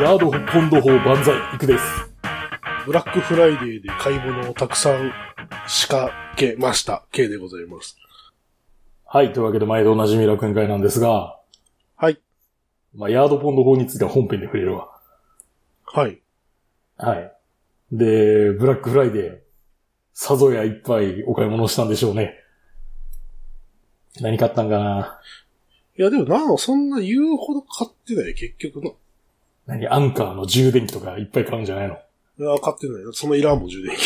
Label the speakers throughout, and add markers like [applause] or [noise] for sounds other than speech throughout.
Speaker 1: ヤードポンド法万歳、いくです。
Speaker 2: ブラックフライデーで買い物をたくさん仕掛けました。K でございます。
Speaker 1: はい、というわけで毎度おなじみ楽園会なんですが、
Speaker 2: はい。
Speaker 1: まあ、ヤードポンド法については本編で触れるわ。
Speaker 2: はい。
Speaker 1: はい。で、ブラックフライデー、さぞやいっぱいお買い物をしたんでしょうね。何買ったんかない
Speaker 2: や、でもな、そんな言うほど買ってない、結局の。
Speaker 1: 何アンカーの充電器とかいっぱい買うんじゃないの
Speaker 2: いや買ってないな。そのいらんもん充電器。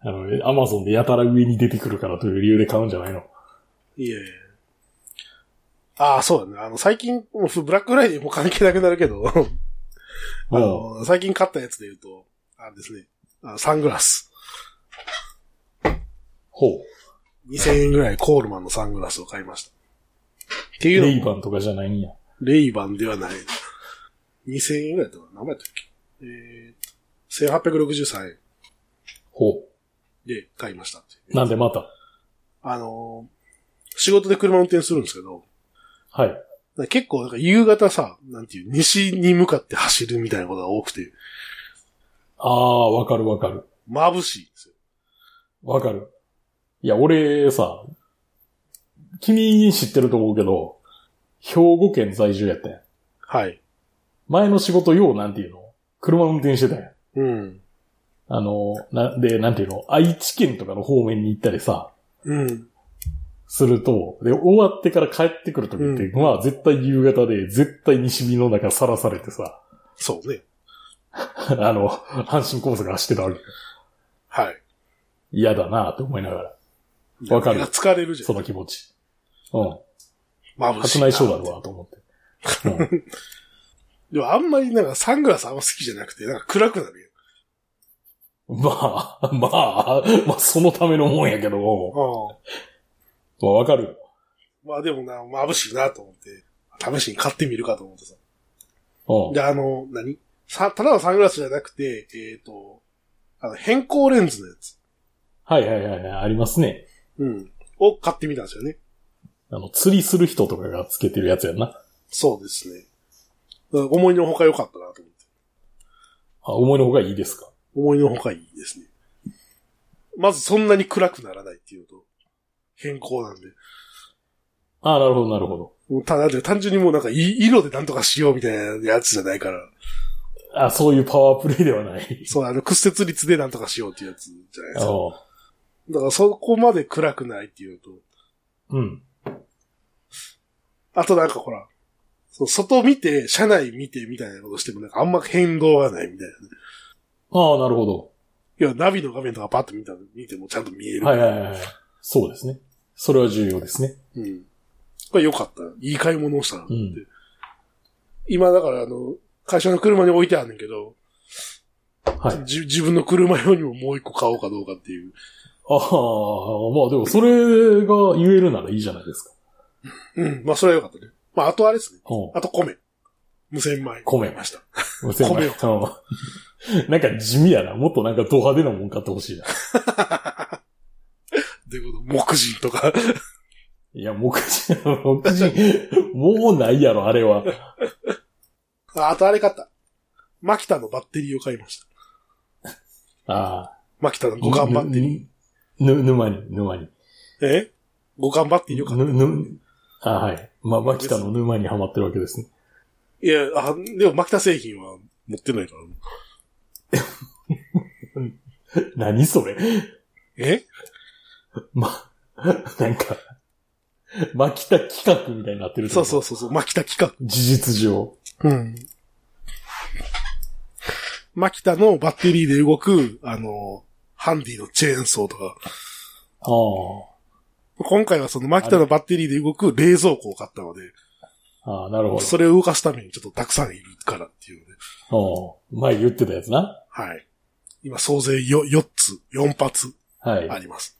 Speaker 1: あの、アマゾンでやたら上に出てくるからという理由で買うんじゃないの
Speaker 2: いやいやああ、そうだね。あの、最近、 [laughs] もうふブラックフライデーもう関係なくなるけ [laughs] ど、あ
Speaker 1: も
Speaker 2: の、最近買ったやつで言うと、あれですね。あのサングラス。
Speaker 1: う、ほう。
Speaker 2: 2000円ぐらいコールマンのサングラスを買いました。っていうのも
Speaker 1: レイバンとかじゃないんや。
Speaker 2: レイバンではない。2000円ぐらいだったかな。何倍だったっけえー、1863円
Speaker 1: ほ
Speaker 2: で買いましたっていう
Speaker 1: う。なんでまた。
Speaker 2: あのー仕事で車運転するんですけど、
Speaker 1: はい。
Speaker 2: 結構なんか夕方さ、なんていう、西に向かって走るみたいなことが多くて、
Speaker 1: ああ、わかるわかる。
Speaker 2: 眩しいんですよ。
Speaker 1: わかる。いや、俺さ、君知ってると思うけど、兵庫県在住やったやん。
Speaker 2: はい。
Speaker 1: 前の仕事ようなんていうの車運転してたやん。
Speaker 2: うん。
Speaker 1: あの、な、で、なんていうの愛知県とかの方面に行ったりさ、
Speaker 2: うん。
Speaker 1: すると、で、終わってから帰ってくるときって、まあ絶対夕方で、絶対西日の中さらされてさ、 [laughs]
Speaker 2: そうね。
Speaker 1: あの、阪神高速走ってたわけ。
Speaker 2: はい。
Speaker 1: 嫌だなって思いながら。わかる
Speaker 2: いや。疲れるじゃ
Speaker 1: そ
Speaker 2: ん。
Speaker 1: の気持ち。うん。
Speaker 2: 眩し
Speaker 1: 発
Speaker 2: いな。
Speaker 1: 内障だろうなと思って。うん
Speaker 2: でもあんまりなんかサングラスあんま好きじゃなくて、なんか暗くなるよ。
Speaker 1: まあ、まあ、まあ、そのためのもんやけど、
Speaker 2: ああ。
Speaker 1: まあ、わかる。
Speaker 2: まあでもな、眩しいなと思って、試しに買ってみるかと思ってさ。
Speaker 1: うん。
Speaker 2: で、あの、何さ、ただのサングラスじゃなくて、えっ、と、あの、変更レンズのやつ。
Speaker 1: はいはいはいはい、ありますね。
Speaker 2: うん。を買ってみたんですよね。
Speaker 1: あの、釣りする人とかがつけてるやつやんな。
Speaker 2: そうですね。だから思いのほか良かったなと思って。
Speaker 1: あ、思いのほがいいですか。
Speaker 2: 思いのほかいいですね。まずそんなに暗くならないっていうのと、変更なんで。
Speaker 1: あなるほどなるほど。
Speaker 2: もうただで単純にもうなんかい色でなんとかしようみたいなやつじゃないから。
Speaker 1: あ、そういうパワープレイではない。
Speaker 2: そう、あの、屈折率でなんとかしようっていうやつじゃないですか。
Speaker 1: う
Speaker 2: だからそこまで暗くないっていうのと、
Speaker 1: ん。うん。
Speaker 2: あとなんかほら、そう外見て、車内見てみたいなことしてもなんかあんま変動がないみたいな、ね。
Speaker 1: ああ、なるほど。
Speaker 2: 要はナビの画面とかパッと見たら見てもちゃんと見える。
Speaker 1: はいはいはいはい。そうですね。それは重要ですね。
Speaker 2: うん。これ良かった。いい買い物をしたなって。
Speaker 1: うん
Speaker 2: 今だからあの、会社の車に置いてあんねんけど、
Speaker 1: はい。
Speaker 2: じ自分の車用にももう一個買おうかどうかっていう。
Speaker 1: ああ、まあでもそれが言えるならいいじゃないですか。
Speaker 2: うん。まあそれは良かったね。まああとあれですね。
Speaker 1: うん。
Speaker 2: あと米。無洗米。
Speaker 1: 米
Speaker 2: 買いました。
Speaker 1: [laughs] 無洗米。うんなんか地味やな。もっとなんかド派手なもん買ってほしいな。
Speaker 2: ということ、木人とか。 [laughs]
Speaker 1: いや、目次、目次、もうないやろ、あれは。
Speaker 2: ああとあれ買った。マキタのバッテリーを買いました。
Speaker 1: ああ。
Speaker 2: マキタの五感バッテリー。
Speaker 1: ー。ぬ、沼に、沼に。
Speaker 2: え五感バッテリーを買った
Speaker 1: ぬ、ぬ、あはい。まあ、マキタの沼にはまってるわけですね。
Speaker 2: いや、あ、でも、マキタ製品は持ってないから。
Speaker 1: 何それ
Speaker 2: え
Speaker 1: ま、なんか、マキタ企画みたいになってる
Speaker 2: そうそう
Speaker 1: う。
Speaker 2: そうそう、マキタ企
Speaker 1: 事実上。
Speaker 2: 画。うん。マキタのバッテリーで動く、あの、ハンディのチェーンソーとか。
Speaker 1: ああ
Speaker 2: 今回はそのマキタのバッテリーで動く冷蔵庫を買ったので、。
Speaker 1: ああ、なるほ
Speaker 2: それを動かすためにちょっとたくさんいるからっていうので。
Speaker 1: ど。うん。前言ってたやつな。
Speaker 2: はい。今、総勢よ4つ、4発
Speaker 1: はい。
Speaker 2: あります。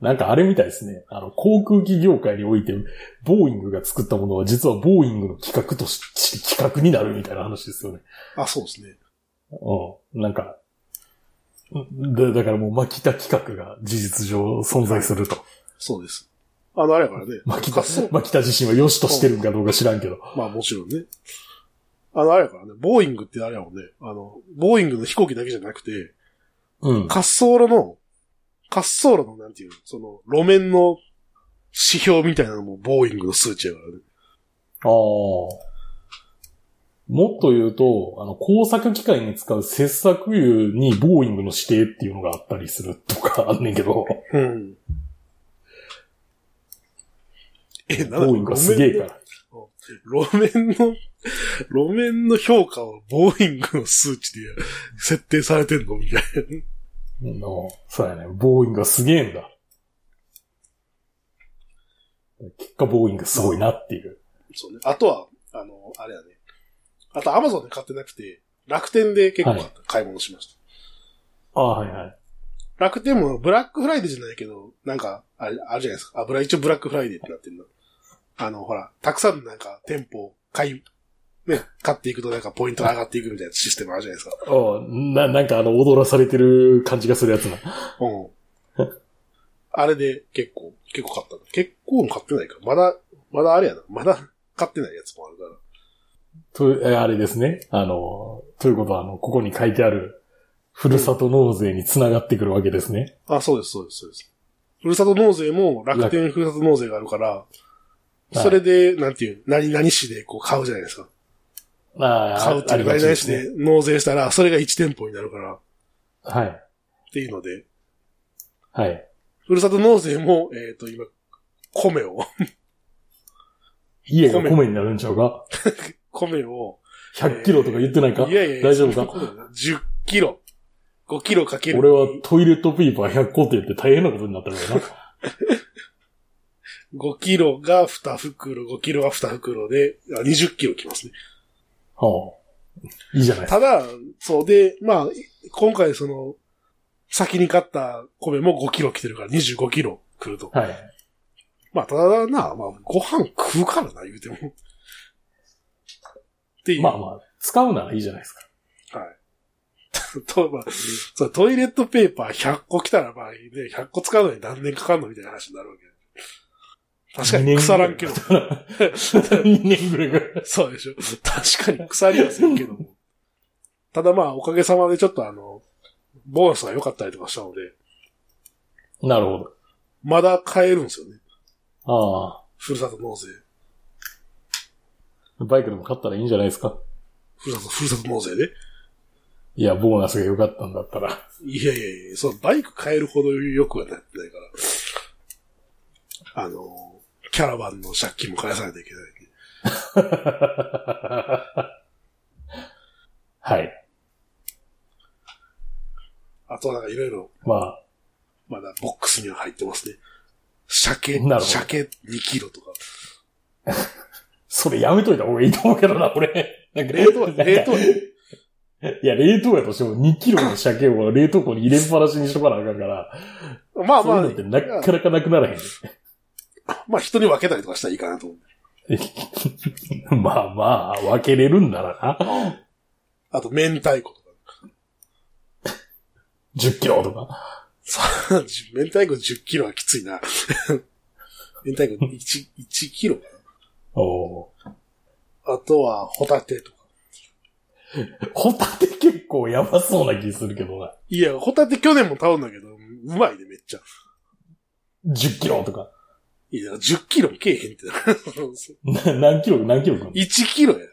Speaker 1: なんかあれみたいですね。あの、航空機業界において、ボーイングが作ったものは実はボーイングの企画としし企画になるみたいな話ですよね。
Speaker 2: あ、そうですね。
Speaker 1: うん。なんか、んだだからもう巻田企画が事実上存在すると。
Speaker 2: そうです。あの、あれやからね。
Speaker 1: [laughs] 巻田
Speaker 2: 滑走、
Speaker 1: 巻田自身は良しとしてるんかどうか知らんけど。
Speaker 2: まあもちろんね。あの、あれやからね、ボーイングってあれやもんね。あの、ボーイングの飛行機だけじゃなくて、
Speaker 1: うん。
Speaker 2: 滑走路の、滑走路のなんていうの、その、路面の指標みたいなのもボーイングの数値やからね。
Speaker 1: ああ。もっと言うと、あの、工作機械に使う切削油にボーイングの指定っていうのがあったりするとかあんねんけ [laughs] ど、
Speaker 2: うん。え、
Speaker 1: ボ
Speaker 2: なんだ
Speaker 1: ーイングがすげえから。
Speaker 2: 路面の、路面の評価をボーイングの数値で設定されてんのみたい
Speaker 1: うんの、そうやね。ボーイングがすげえんだ。結果、ボーイングすごいなっていう。
Speaker 2: な。そうね。あとは、あの、あれやね。あと、アマゾンで買ってなくて、楽天で結構買った買い物しました。
Speaker 1: ああ、はいはい。
Speaker 2: 楽天もブラックフライデーじゃないけど、なんか、あれ、あるじゃないですか。あ、ブラ、一応ブラックフライデーってなってんだ。あの、ほら、たくさんなんか店舗を買い、ね、買っていくとなんかポイントが上がっていくみたいなシステムあるじゃないですか。
Speaker 1: あな、なんかあの、踊らされてる感じがするやつな。
Speaker 2: うん。あれで結構、結構買ったな。結構買ってないから。まだ、まだあれやな。まだ買ってないやつもあるから。
Speaker 1: と、えあれですね。あの、ということは、あの、ここに書いてある、ふるさと納税につながってくるわけですね。
Speaker 2: あ、そうです、そうです、そうです。ふるさと納税も楽天ふるさと納税があるから、
Speaker 1: い
Speaker 2: それで、なんていう、何々市でこう買うじゃないですか。
Speaker 1: ああ、
Speaker 2: 買うっていうか、何
Speaker 1: で
Speaker 2: 々市
Speaker 1: すね
Speaker 2: で納税したら、それが1店舗になるから、っ
Speaker 1: はい。
Speaker 2: ていうので、
Speaker 1: はい。
Speaker 2: ふるさと納税も、えっ、と、今、米を、 [laughs]
Speaker 1: 家が米になるんちゃうか
Speaker 2: 米を、
Speaker 1: 100キロとか言ってないか、
Speaker 2: いやいやいや
Speaker 1: 大丈
Speaker 2: そん
Speaker 1: 夫
Speaker 2: な
Speaker 1: か
Speaker 2: ことない10キロ、5キロかける。
Speaker 1: 俺はトイレットペーパー100個って言って大変なことになった
Speaker 2: [laughs]
Speaker 1: からな。
Speaker 2: 5キロが2袋、5キロが2袋で、あ20キロきますね。
Speaker 1: はあ、いいじゃないですか。
Speaker 2: ただ、そうで、まあ、今回その、先に買った米も5キロ来てるから25キロ来ると。
Speaker 1: はい。
Speaker 2: まあ、ただな、まあ、ご飯食うからな、言うても。っていう。
Speaker 1: まあまあ、使うならいいじゃないですか。
Speaker 2: とまあそうトイレットペーパー100個来たら、まあ、ね、100個使うのに何年かかんのみたいな話になるわけ。確かに腐らんけど。
Speaker 1: 2年ぐらいから。
Speaker 2: そうでしょ。確かに腐りはせんけども。ただまあ、おかげさまでちょっとあの、ボーナスが良かったりとかしたので、
Speaker 1: なるほ
Speaker 2: まだ買えるんですよね。
Speaker 1: ど。あ
Speaker 2: ふるさと納税。
Speaker 1: あ、バイクでも買ったらいいんじゃないですか。
Speaker 2: ふるさと、ふるさと納税で。
Speaker 1: いや、ボーナスが良かったんだったら。
Speaker 2: いやいやいや、そう、バイク買えるほどよくはなってないから。あの、キャラバンの借金も返さないといけない。
Speaker 1: はい。
Speaker 2: あとなんかいろいろ、
Speaker 1: まあ、
Speaker 2: まだボックスには入ってますね。鮭
Speaker 1: な、るほど
Speaker 2: 鮭2キロとか。
Speaker 1: それやめといた方がいいと思うけどな、俺。 [laughs] なんか
Speaker 2: 冷凍、冷凍
Speaker 1: なんかいや、冷凍やとしても2キロの鮭を冷凍庫に入れっぱなしにしとかなあかんから、
Speaker 2: まあ
Speaker 1: そう
Speaker 2: ま
Speaker 1: い
Speaker 2: あ
Speaker 1: うのってなかなかなくならへん。
Speaker 2: まあ人に分けたりとかしたらいいかなと思う。
Speaker 1: まあまあ、分けれるんならな。
Speaker 2: あと、明太子とか。 [laughs]
Speaker 1: 10キロとか。
Speaker 2: そう、明太子10キロはきついな。 [laughs] 明太子1、1キロか
Speaker 1: おお
Speaker 2: な。あとは、ホタテとか。
Speaker 1: ー。ホタテ結構やばそうな気するけどな。
Speaker 2: いや、ホタテ去年も頼んだけど、うまいね、めっちゃ。
Speaker 1: 10キロとか。
Speaker 2: いや、10キロもけえへんってな。1 [laughs]
Speaker 1: な何キロ何キロか。
Speaker 2: キロや。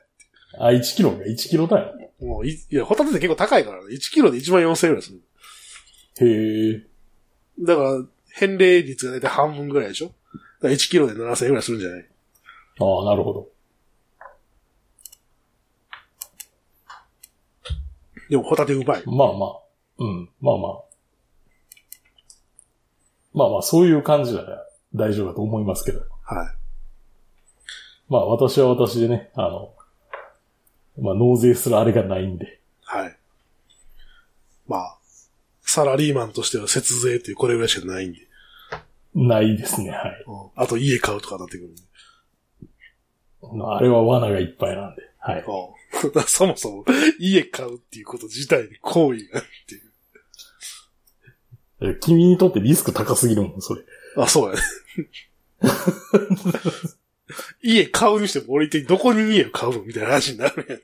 Speaker 1: あ、1キロか。1キロだよ。
Speaker 2: もうい、いや、ホタテって結構高いからね。1キロで1万4000円ぐらいする。
Speaker 1: へえ。
Speaker 2: だから、返礼率が大体半分ぐらいでしょだから1キロで7000円ぐらいするんじゃない
Speaker 1: ああ、なるほど。
Speaker 2: でも、ホタテうまい。
Speaker 1: まあまあ。うん。まあまあ。まあまあ、そういう感じなら大丈夫だと思いますけど。
Speaker 2: はい。
Speaker 1: まあ私は私でね、あの、まあ納税するあれがないんで。
Speaker 2: はい。まあ、サラリーマンとしては節税っていうこれぐらいしかないんで。
Speaker 1: ないですね、はい。
Speaker 2: うんあと家買うとかなってくるんで。
Speaker 1: まああれは罠がいっぱいなんで。はい。
Speaker 2: うん [laughs] だからそもそも家買うっていうこと自体に行為がっていう。
Speaker 1: え君にとってリスク高すぎるもん、それ。
Speaker 2: あ、そうやね。家買うにしても俺一体どこに家を買うのみたいな話になるやん。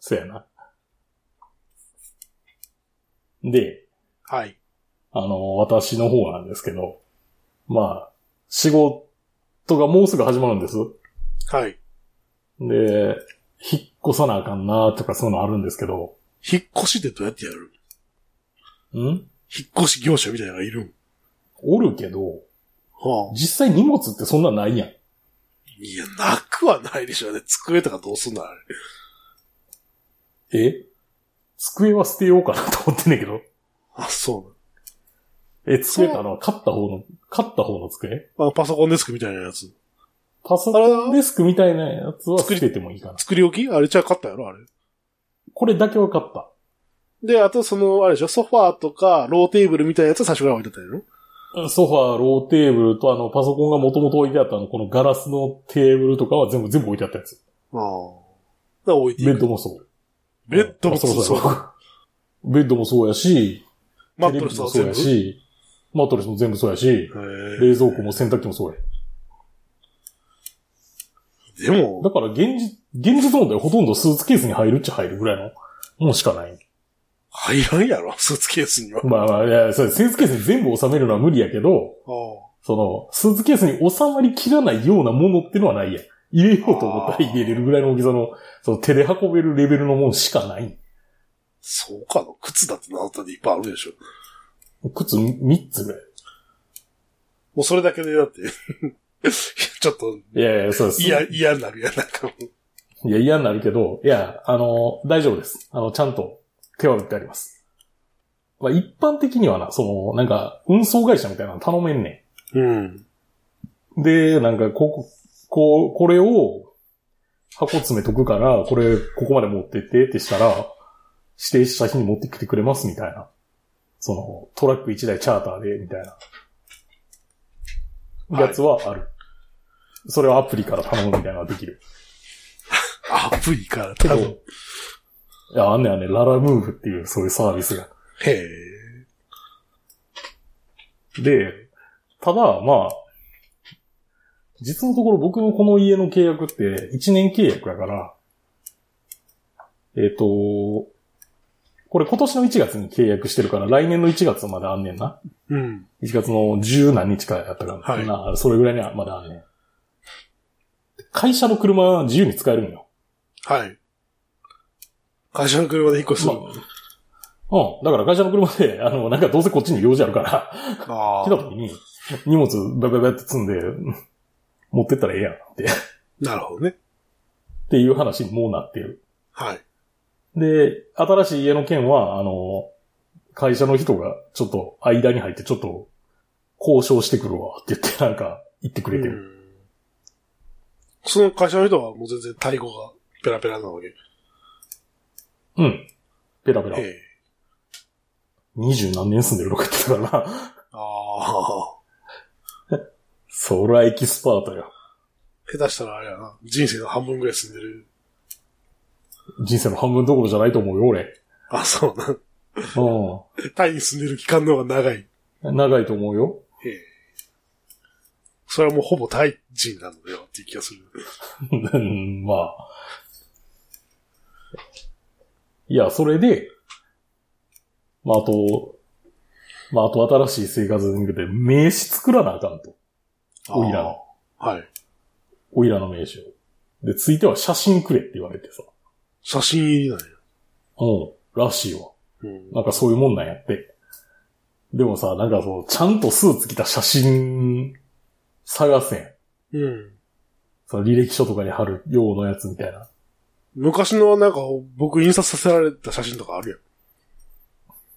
Speaker 1: そうやな。で、
Speaker 2: はい。
Speaker 1: あの、私の方なんですけど、まあ、仕事がもうすぐ始まるんです。
Speaker 2: はい。
Speaker 1: で、引っ越さなあかんなとかそういうのあるんですけど、
Speaker 2: 引っ越しってどうやってやる
Speaker 1: ん
Speaker 2: 引っ越し業者みたいなのがいるん
Speaker 1: おるけど、
Speaker 2: はあ。
Speaker 1: 実際荷物ってそんなんないやん。
Speaker 2: いや、なくはないでしょうね。机とかどうすんのあれ。
Speaker 1: え机は捨てようかなと思ってんねんけど。
Speaker 2: あ、そ
Speaker 1: え、机ってあの、買った方の、買った方の机
Speaker 2: うなの。あ、パソコンデスクみたいなやつ。
Speaker 1: パソ
Speaker 2: あれ
Speaker 1: コン
Speaker 2: は
Speaker 1: デスクみたいなやつは捨ててもいいかな。
Speaker 2: 作り置きあれじゃあ買ったやろあれ。
Speaker 1: これだけは買った。
Speaker 2: で、あとその、あれでしょソファーとか、ローテーブルみたいなやつは最初から置いてたやろ
Speaker 1: ソファー、ローテーブルとあの、パソコンがもともと置いてあったあの、このガラスのテーブルとかは全部、全部置いてあったやつ。
Speaker 2: ああ。だから置いてい
Speaker 1: ベ
Speaker 2: く
Speaker 1: ッドもそう。
Speaker 2: ベッドもそう
Speaker 1: そうそうそう。ベッドもそうやし、
Speaker 2: マ
Speaker 1: テ
Speaker 2: ッ
Speaker 1: レビ
Speaker 2: トレス
Speaker 1: も
Speaker 2: は
Speaker 1: そう
Speaker 2: 全
Speaker 1: や
Speaker 2: 部。
Speaker 1: し、マットレスも全部そうやし、
Speaker 2: 冷
Speaker 1: 冷蔵庫も洗濯機もそうや。
Speaker 2: でも、
Speaker 1: だから現実、現実問題ほとんどスーツケースに入るっちゃ入るぐらいのもんしかない。
Speaker 2: 入らんやろ、 [laughs] スーツケースには。
Speaker 1: まあまあ、いや、それスーツケースに全部収めるのは無理やけど、その、スーツケースに収まりきらないようなものってのはないやん。入れようと思ったら入れれるぐらいの大きさの、その手で運べるレベルのもんしかない。
Speaker 2: そうかの靴だってなったでいっぱいあるでしょ。
Speaker 1: 靴3つぐらい。
Speaker 2: もうそれだけでだって、 [laughs] ちょっと、
Speaker 1: いやいや、そうです。
Speaker 2: 嫌、嫌になるやん、なんかもう。
Speaker 1: いや、嫌になるけど、いや、あの、大丈夫です。あの、ちゃんと手は打ってあります。まあ、一般的にはな、その、なんか、運送会社みたいなの頼めんね
Speaker 2: うん。
Speaker 1: ん。で、なんか、ここ、こう、これを、箱詰めとくから、これ、ここまで持ってってってしたら、指定した日に持ってきてくれますみたいな。その、トラック1台チャーターで、みたいな。やつはある。それをアプリから頼むみたいなのができる。
Speaker 2: アプリから
Speaker 1: け
Speaker 2: 多
Speaker 1: ど、
Speaker 2: 分。
Speaker 1: いや、あんねんあんねん、ララムーブっていうそういうサービスが。
Speaker 2: へえ。
Speaker 1: で、ただ、まあ、実のところ僕のこの家の契約って1年契約やから、えっ、と、これ今年の1月に契約してるから来年の1月まであんねんな。
Speaker 2: うん。
Speaker 1: 1月の十何日かやったから、
Speaker 2: はい
Speaker 1: なそれぐらいにはまだあんねん。会社の車は自由に使えるんよ。
Speaker 2: はい。会社の車で引っ越す
Speaker 1: ま
Speaker 2: る。
Speaker 1: あうん。だから会社の車で、あの、なんかどうせこっちに用事あるから、
Speaker 2: あ
Speaker 1: 来た時に、荷物バババって積んで、持ってったらええやんって、っ
Speaker 2: なるほどね。
Speaker 1: ていう話にもうなってる。
Speaker 2: はい。
Speaker 1: で、新しい家の件は、あの、会社の人がちょっと間に入ってちょっと交渉してくるわって言ってなんか言ってくれて
Speaker 2: う
Speaker 1: る。
Speaker 2: んその会社の人はもう全然タイ語がペラペラなわけ。
Speaker 1: うん。ペラペラ
Speaker 2: へ。え。
Speaker 1: 二十何年住んでるとか言ってたからな。
Speaker 2: ああ。
Speaker 1: そらエキスパートよ。
Speaker 2: 下手したらあれやな。人生の半分ぐらい住んでる。
Speaker 1: 人生の半分どころじゃないと思うよ、俺。
Speaker 2: あ、そうな。
Speaker 1: う
Speaker 2: タイに住んでる期間の方が長い。
Speaker 1: ん。長いと思うよ。
Speaker 2: へえ。それはもうほぼタイ人なのではっていう気がする。
Speaker 1: うんまあ。いや、それで、まあ、あと、まあ、あと新しい生活に向けて名刺作らなあかんと。おいらの。
Speaker 2: ああ。はい。
Speaker 1: おいらの名刺を。で、ついては写真くれって言われてさ。
Speaker 2: 写真入りなんや。
Speaker 1: うん、らしいわ。
Speaker 2: うん。
Speaker 1: なんかそういうもんなんやって。でもさ、なんかそう、ちゃんとスーツ着た写真探せん。
Speaker 2: うん。
Speaker 1: その履歴書とかに貼るようなやつみたいな。
Speaker 2: 昔のなんか僕印刷させられた写真とかある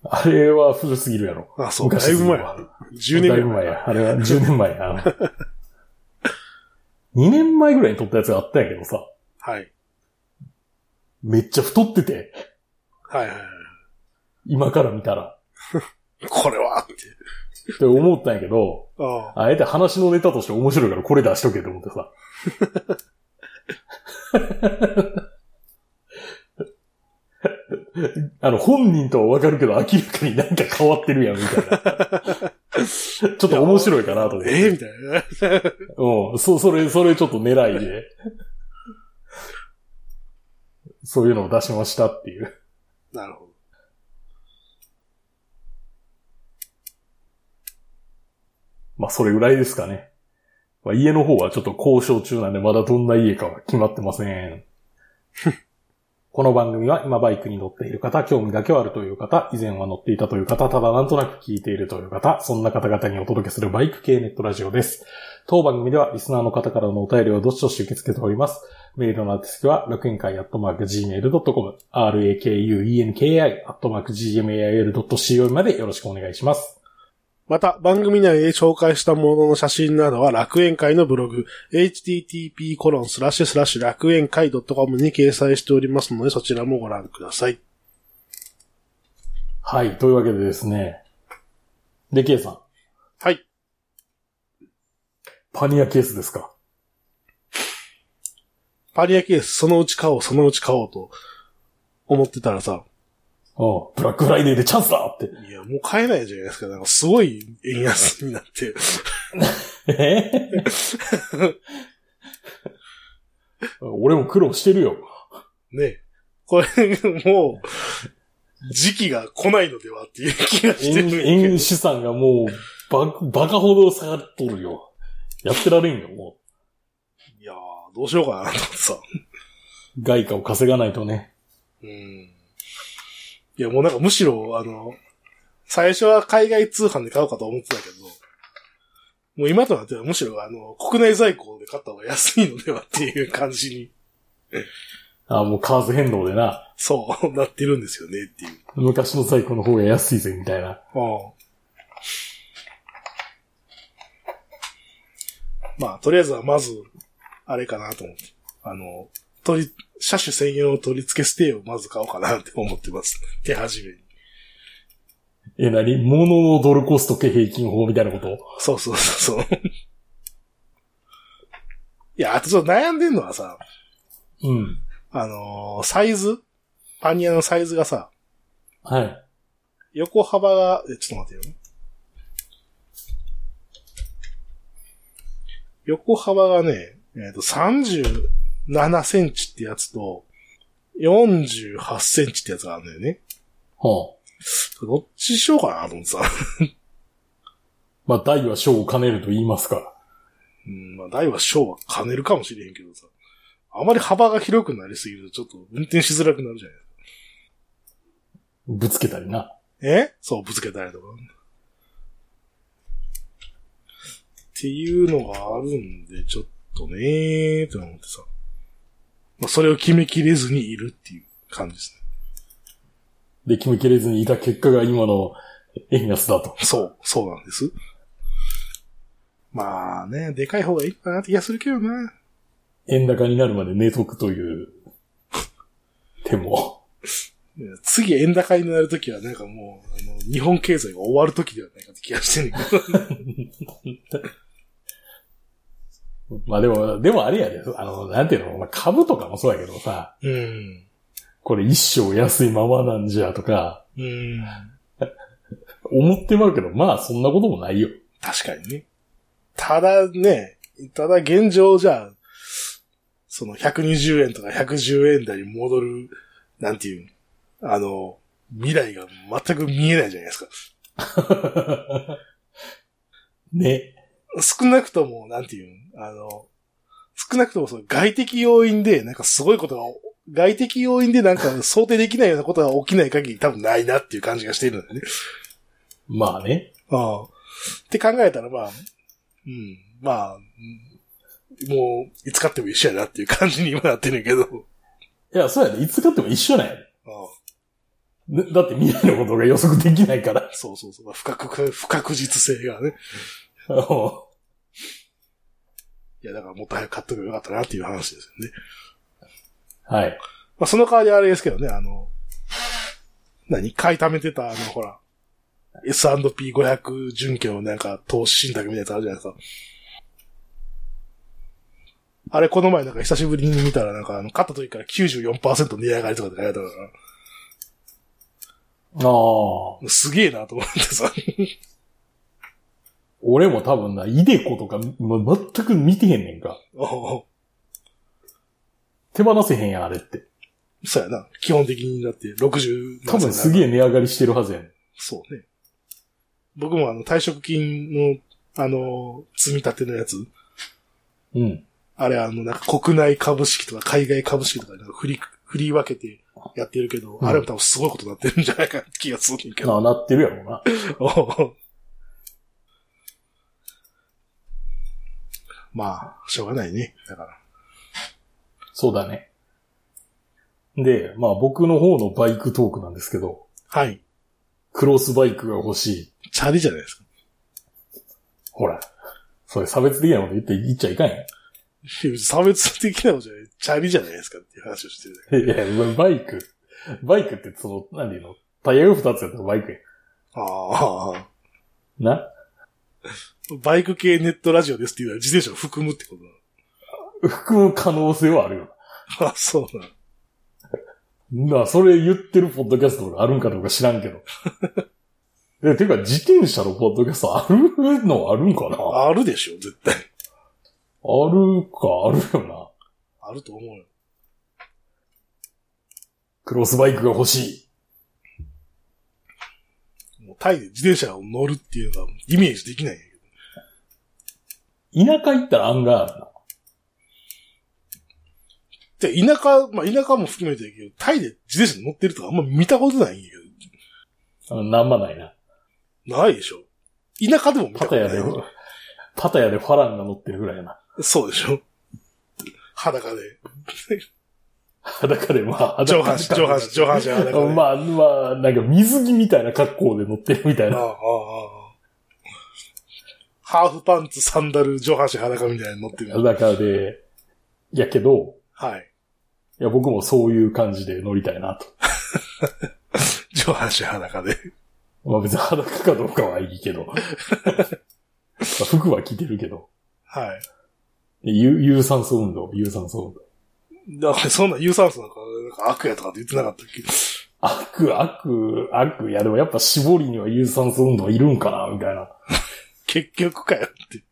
Speaker 1: あれは古すぎるやろ。
Speaker 2: やん。あ、そう。だいぶ前や。
Speaker 1: や。
Speaker 2: 10年
Speaker 1: だ
Speaker 2: ぐ
Speaker 1: い
Speaker 2: らい
Speaker 1: ぶ
Speaker 2: 前。
Speaker 1: 前や。あれは10年前や。2年前ぐらいに撮ったやつがあったんやけどさ、
Speaker 2: はい。
Speaker 1: めっちゃ太ってて、
Speaker 2: はいはいはい。
Speaker 1: 今から見たら。
Speaker 2: これはって。
Speaker 1: って思ったんやけど、
Speaker 2: ああ。
Speaker 1: あえて話のネタとして面白いからこれ出しとけと思ってさ。 [laughs] あの、本人とはわかるけど明らかになんか変わってるやん、み
Speaker 2: [laughs]
Speaker 1: たいな。ちょっと面白いかなと思って。
Speaker 2: ええみたいな。
Speaker 1: [laughs]
Speaker 2: [laughs]
Speaker 1: うん、そ、それ、それちょっと狙いで。そういうのを出しましたっていう。
Speaker 2: なるほど。
Speaker 1: まあ、それぐらいですかね。まあ、家の方はちょっと交渉中なんで、まだどんな家かは決まってません。この番組は今バイクに乗っている方、興味だけはあるという方、以前は乗っていたという方、ただなんとなく聞いているという方、そんな方々にお届けするバイク系ネットラジオです。当番組ではリスナーの方からのお便りをどしどし受け付けております。メールの宛先は、楽園会アットマーク gmail.com、rakuenki アットマーク gmail.co までよろしくお願いします。
Speaker 2: また、番組内で紹介したものの写真などは楽園会のブログ、http コロンスラッシュスラッシュ楽園会 .com に掲載しておりますので、そちらもご覧ください。
Speaker 1: はい。というわけでですね。で、ケイさん。
Speaker 2: はい。
Speaker 1: パニアケースですか
Speaker 2: パリアケース、そのうち買おう、そのうち買おうと思ってたらさ、
Speaker 1: おうブラックフライデーでチャンスだって。
Speaker 2: いや、もう買えないじゃないですか。なんかすごい円安になって。 [laughs]
Speaker 1: えー [laughs] 俺も苦労してるよ。
Speaker 2: ね。これ、もう、時期が来ないのではっていう気がしてる
Speaker 1: 円
Speaker 2: んやけど
Speaker 1: 円資産がもう、ば、バカほど下がっとるよ。やってられんよ、も
Speaker 2: いやー、どうしようかなと思ってさ。
Speaker 1: う。外貨を稼がないとね。
Speaker 2: うん。いや、もうなんかむしろ、あの、最初は海外通販で買おうかと思ってたけど、もう今となってはむしろ、あの、国内在庫で買った方が安いのではっていう感じに、
Speaker 1: あもう為替変動でな。
Speaker 2: そう、なってるんですよねっていう。
Speaker 1: 昔の在庫の方が安いぜ、みたいな。
Speaker 2: まあ、とりあえずはまず、あれかなと思って。あの、取り、車種専用の取り付けステイをまず買おうかなって思ってます。手始めに。
Speaker 1: え、なに物のドルコスト系平均法みたいなこと
Speaker 2: そうそうそうそう。いや、あとちょっと悩んでんのはさ、
Speaker 1: うん。
Speaker 2: あのーサイズパニアのサイズがさ、
Speaker 1: はい。
Speaker 2: 横幅が、え、ちょっと待ってよ。横幅がね、えっ、と、37センチってやつと、48センチってやつがあるんだよね。
Speaker 1: は
Speaker 2: どっちしようかなと思ってさ。
Speaker 1: あ、まあ、大は小を兼ねると言いますから。
Speaker 2: うん、まあ、大は小は兼ねるかもしれへんけどさ。あまり幅が広くなりすぎると、ちょっと運転しづらくなるじゃない
Speaker 1: ぶつけたりな。
Speaker 2: えそう、ぶつけたりとか。っていうのがあるんで、ちょっとねーって思ってさ。まあ、それを決めきれずにいるっていう感じです
Speaker 1: で、決めきれずにいた結果が今の円安だと。
Speaker 2: ね。そう、そうなんです。まあね、でかい方がいいかなって気がするけどな。
Speaker 1: 円高になるまで寝とくという手も。 [laughs]
Speaker 2: いや次円高になるときはなんかもう、あの、日本経済が終わるときではないかって気がしてんねんけど。
Speaker 1: まあでも、でもあれやで、あの、なんていうの、まあ、株とかもそうやけどさ、
Speaker 2: うん。
Speaker 1: これ一生安いままなんじゃとか、
Speaker 2: うん。
Speaker 1: 思ってまうけど、まあそんなこともないよ。
Speaker 2: 確かにね。ただね、ただ現状じゃあ、その120円とか110円台に戻る、なんていう、あの、未来が全く見えないじゃないですか。
Speaker 1: ね。
Speaker 2: 少なくとも、なんていう、あの、少なくともその外的要因で、なんかすごいことが、外的要因でなんか想定できないようなことが起きない限り多分ないなっていう感じがしているんだよね。
Speaker 1: まあね。
Speaker 2: ああ。って考えたら、まあ、うん、まあ、うんもう、いつ買っても一緒やなっていう感じに今なってるけど。
Speaker 1: いや、そうやで、いつ買っても一緒なんやで。
Speaker 2: ああ
Speaker 1: ねだって未来のことが予測できないから。 [laughs]
Speaker 2: そうそうそう。不確、不確実性がね。いや、だからもっと早く買っとけばよかったなっていう話ですよね。
Speaker 1: はい。
Speaker 2: まあ、その代わりあれですけどね、あの、何買い貯めてた、あの、ほら、S&P500 準拠のなんか投資信託みたいなやつあるじゃないですか。あれ、この前なんか久しぶりに見たら、なんかあの、買った時から94%値上がりとかって書いてあるから、
Speaker 1: ああ。
Speaker 2: すげえなと思ってさ。
Speaker 1: 俺も多分な、イデコとか、ま、全く見てへんねんか。
Speaker 2: おう
Speaker 1: 手放せへんやん、あれって。
Speaker 2: そうやな。基本的にだって60
Speaker 1: 多分すげ
Speaker 2: え。
Speaker 1: え値上がりしてるはずやねん。
Speaker 2: そうね。僕もあの、退職金の、あの、積み立てのやつ。
Speaker 1: うん。
Speaker 2: あれ、あの、なんか国内株式とか海外株式とかになんか振り、振り分けてやってるけど、
Speaker 1: うん
Speaker 2: あれも多分すごいことになってるんじゃないかって気がするんだけ
Speaker 1: な
Speaker 2: ど。 [laughs]
Speaker 1: あ、なってるやろうな。
Speaker 2: まあ、しょうがないね。だから。
Speaker 1: そうだね。で、まあ僕の方のバイクトークなんですけど、
Speaker 2: はい。
Speaker 1: クロスバイクが欲しい。
Speaker 2: チャリじゃないですか。
Speaker 1: ほら。それ差別的なこと言って言っちゃいかんやん。
Speaker 2: いや別に差別的なことじゃない。チャリじゃないですかっていう話をしてる。
Speaker 1: いや、バイク。バイクってその、なんていうのタイヤが二つやったらバイクや
Speaker 2: ああ。
Speaker 1: ん。な
Speaker 2: バイク系ネットラジオですっていうのは自転車を含むってこと
Speaker 1: 含む可能性はあるよ。
Speaker 2: なの。 [laughs] あ、そうなの。
Speaker 1: なあ、それ言ってるポッドキャストがあるんかどうか知らんけど。 [laughs] で、てか、自転車のポッドキャストあるのあるんかなあ
Speaker 2: あるでしょ、絶対。
Speaker 1: るか、あるよな。
Speaker 2: あると思うよ。
Speaker 1: クロスバイクが欲し
Speaker 2: もうタイで自転車を乗るっていうのはイメージできないんやけど。
Speaker 1: い。田舎行ったら案外あるな。
Speaker 2: で、田舎、まあ田舎も含めてだけど、タイで自転車乗ってるとかあんま見たことないんやけ
Speaker 1: あのなんもないな。
Speaker 2: ど。ないでしょ。田舎でも見た
Speaker 1: パ
Speaker 2: こ
Speaker 1: タ
Speaker 2: とな
Speaker 1: ヤ
Speaker 2: い
Speaker 1: で。、パタヤでファランが乗ってるぐらいやな。
Speaker 2: そうでしょ。裸で。
Speaker 1: 裸でまあ、裸
Speaker 2: 上半身、上半身、上半身裸で。あ、
Speaker 1: まあ、まあ、なんか水着みたいな格好で乗ってるみたい
Speaker 2: ああ、
Speaker 1: な。
Speaker 2: ああ。ハーフパンツ、サンダル、上半身裸みたいなの乗ってる。
Speaker 1: 裸で、やけど、
Speaker 2: はい。
Speaker 1: いや、僕もそういう感じで乗りたいなと。
Speaker 2: 上半身裸で。
Speaker 1: まあ別に裸かどうかはいいけど。まあ服は着てるけど。
Speaker 2: はい。
Speaker 1: で有有酸素運動、有酸素運動。
Speaker 2: だからそんな有酸素なんか、なんか悪やとかって言ってなかったっけ
Speaker 1: 悪、悪、悪。いや、でもやっぱ絞りには有酸素運動いるんかな、みたいな。
Speaker 2: 結局かよって。